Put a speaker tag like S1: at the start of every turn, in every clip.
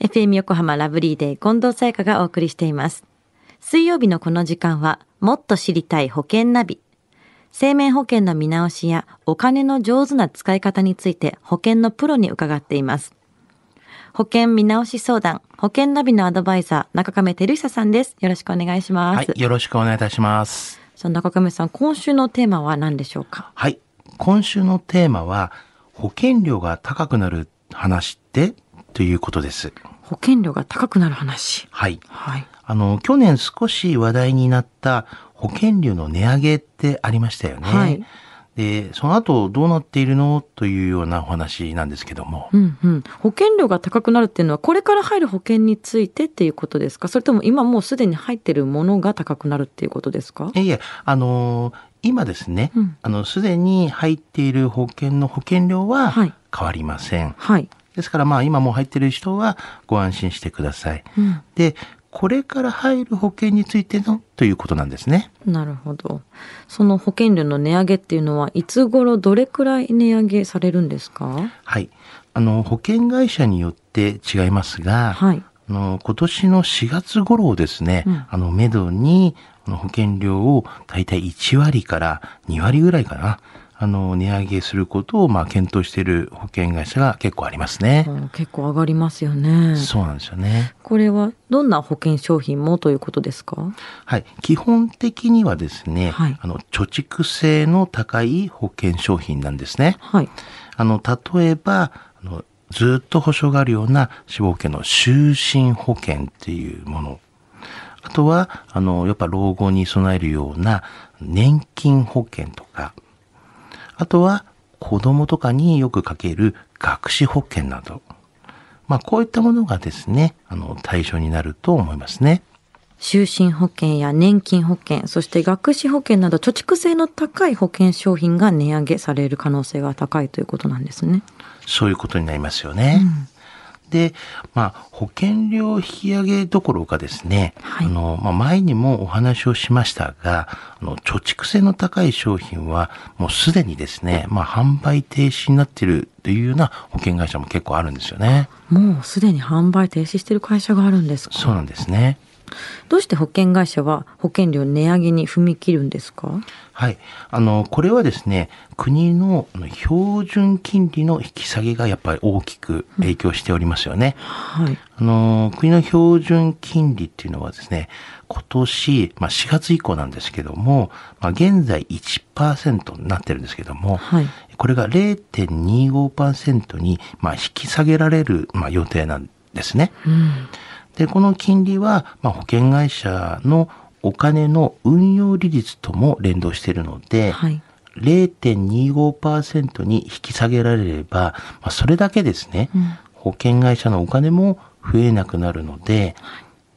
S1: FM 横浜ラブリーデー近藤沙耶香がお送りしています。水曜日のこの時間は、もっと知りたい保険ナビ。生命保険の見直しやお金の上手な使い方について保険のプロに伺っています。保険見直し相談、保険ナビのアドバイザー、中亀照久さんです。よろしくお願いします。
S2: はい、よろしくお願いいたします。
S1: さあ中亀さん、今週のテーマは何でしょうか
S2: はい、今週のテーマは、保険料が高くなる話ってということです。
S1: 保険料が高くなる話。
S2: はい。
S1: はい。
S2: あの、去年少し話題になった保険料の値上げってありましたよね。
S1: はい
S2: で、その後どうなっているのというようなお話なんですけども。
S1: うんうん。保険料が高くなるっていうのは、これから入る保険についてっていうことですかそれとも今もうすでに入ってるものが高くなるっていうことですか
S2: いえいえ、あのー今ですね、
S1: うん
S2: あの、すでに入っている保険の保険料は
S1: はい
S2: 変わりません。
S1: はい。
S2: ですからまあ今もう入っている人はご安心してください。
S1: うん
S2: で、これから入る保険についてのということなんですね。
S1: なるほど。その保険料の値上げっていうのは、いつ頃どれくらい値上げされるんですか
S2: はい。あの、保険会社によって違いますが、
S1: はい。
S2: あの、今年の4月頃をですね、
S1: うん
S2: あの、めどに、あの保険料を大体1割から2割ぐらいかな、あの、値上げすることを、まあ、検討している保険会社が結構ありますね
S1: う。ん結構上がりますよね。
S2: そうなんですよね。
S1: これはどんな保険商品もということですか
S2: はい。基本的にはですね、
S1: はい
S2: あの、貯蓄性の高い保険商品なんですね。
S1: はい。
S2: あの、例えば、あのずっと保証があるような死亡保険の終身保険っていうもの。あとは、あの、やっぱ老後に備えるような年金保険とか。あとは、子供とかによくかける学資保険など。まあ、こういったものがですね、あの、対象になると思いますね。
S1: 就寝保険や年金保険、そして学資保険など貯蓄性の高い保険商品が値上げされる可能性が高いということなんですね。
S2: そういうことになりますよね。で、まあ、保険料引き上げどころかですね、
S1: はい
S2: あの、まあ、前にもお話をしましたが、あの、貯蓄性の高い商品は、もうすでにですね、まあ、販売停止になっているというような保険会社も結構あるんですよね。
S1: もうすでに販売停止している会社があるんですか
S2: そうなんですね。
S1: どうして保険会社は保険料値上げに踏み切るんですか
S2: はい。あの、これはですね、国のあの標準金利の引き下げがやっぱり大きく影響しておりますよね。
S1: はい。
S2: あの、国の標準金利っていうのはですね、今年、まあ、4月以降なんですけども、まあ、現在1%になってるんですけども、
S1: はい。
S2: これが0.25%に、まあ、引き下げられる、まあ、予定なんですね。
S1: うん。
S2: で、この金利は、まあ、保険会社のお金の運用利率とも連動しているので、
S1: はい。
S2: 0.25%に引き下げられれば、まあ、それだけですね、
S1: うん
S2: 保険会社のお金も増えなくなるので、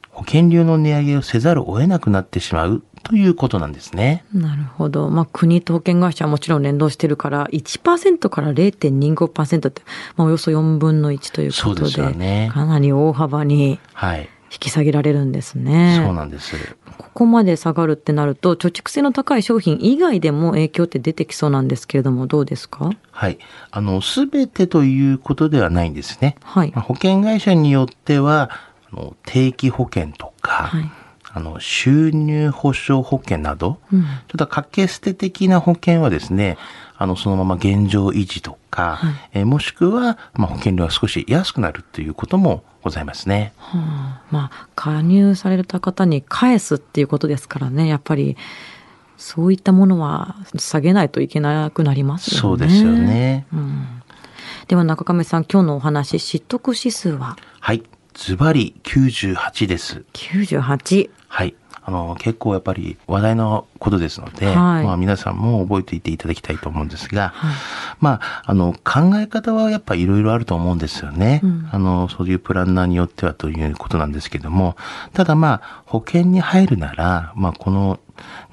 S2: 保険料の値上げをせざるを得なくなってしまうということなんですね。
S1: なるほど。まあ、国と保険会社はもちろん連動してるから、1%から0.25%って、まあ、およそ4分の1ということで、
S2: そうですよね
S1: かなり大幅に
S2: はい。
S1: 引き下げられるんですね。
S2: そうなんです。
S1: ここまで下がるってなると、貯蓄性の高い商品以外でも影響って出てきそうなんですけれども、どうですか
S2: はい。あの、すべてということではないんですね。
S1: はい
S2: まあ。保険会社によっては、あの定期保険とか、
S1: はい
S2: あの収入保障保険など、
S1: うん
S2: ちょっと掛け捨て的な保険はですね、あの、そのまま現状維持とか、
S1: はい
S2: えーもしくは、まあ、保険料が少し安くなるということもございますね。
S1: はあ、まあ、加入された方に返すっていうことですからね、やっぱり、そういったものは下げないといけなくなりますよね。
S2: そうですよ。ね。
S1: うん、では中亀さん、今日のお話、失得指数は
S2: はい。ズバリ98です。
S1: 98。
S2: はい。あの、結構やっぱり話題のことですので、
S1: はい
S2: まあ皆さんも覚えていていただきたいと思うんですが、
S1: はい
S2: まあ、あの、考え方はやっぱいろいろあると思うんですよね。
S1: うん
S2: あの、そういうプランナーによってはということなんですけども、ただまあ、保険に入るなら、まあこの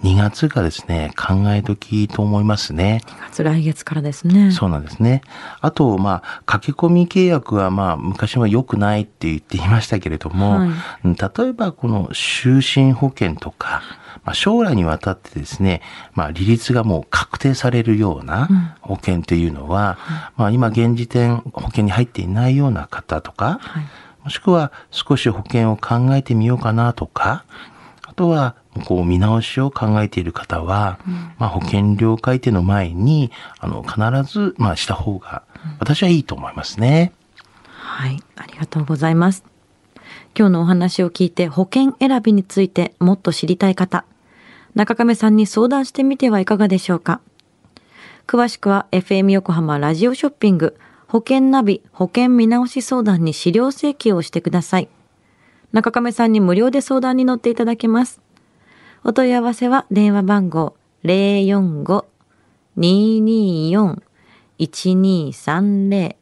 S2: 2月がですね、考え時と思いますね。
S1: 来月からですね。
S2: そうなんですね。あと、まあ、駆け込み契約は、まあ、昔は良くないって言っていましたけれども、
S1: はい
S2: うん例えば、この終身保険とか、まあ、将来にわたってですね、まあ、利率がもう確定されるような保険というのは、まあ、今現時点保険に入っていないような方とか、
S1: はい。
S2: もしくは少し保険を考えてみようかなとか、あとはこう見直しを考えている方は、まあ、保険料改定の前にあの必ず、まあ、した方が私はいいと思いますね。
S1: はい、ありがとうございます。今日のお話を聞いて保険選びについてもっと知りたい方、中亀さんに相談してみてはいかがでしょうか。詳しくは FM 横浜ラジオショッピング保険ナビ保険見直し相談に資料請求をしてください。中亀さんに無料で相談に乗っていただけます。お問い合わせは電話番号045-224-1230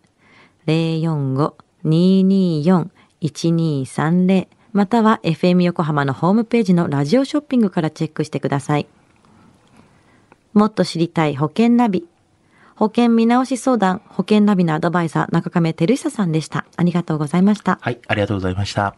S1: 045-224-1230または FM 横浜のホームページのラジオショッピングからチェックしてください。もっと知りたい保険ナビ。保険見直し相談、保険ナビのアドバイザー、中亀照久さんでした。ありがとうございました。
S2: はい、ありがとうございました。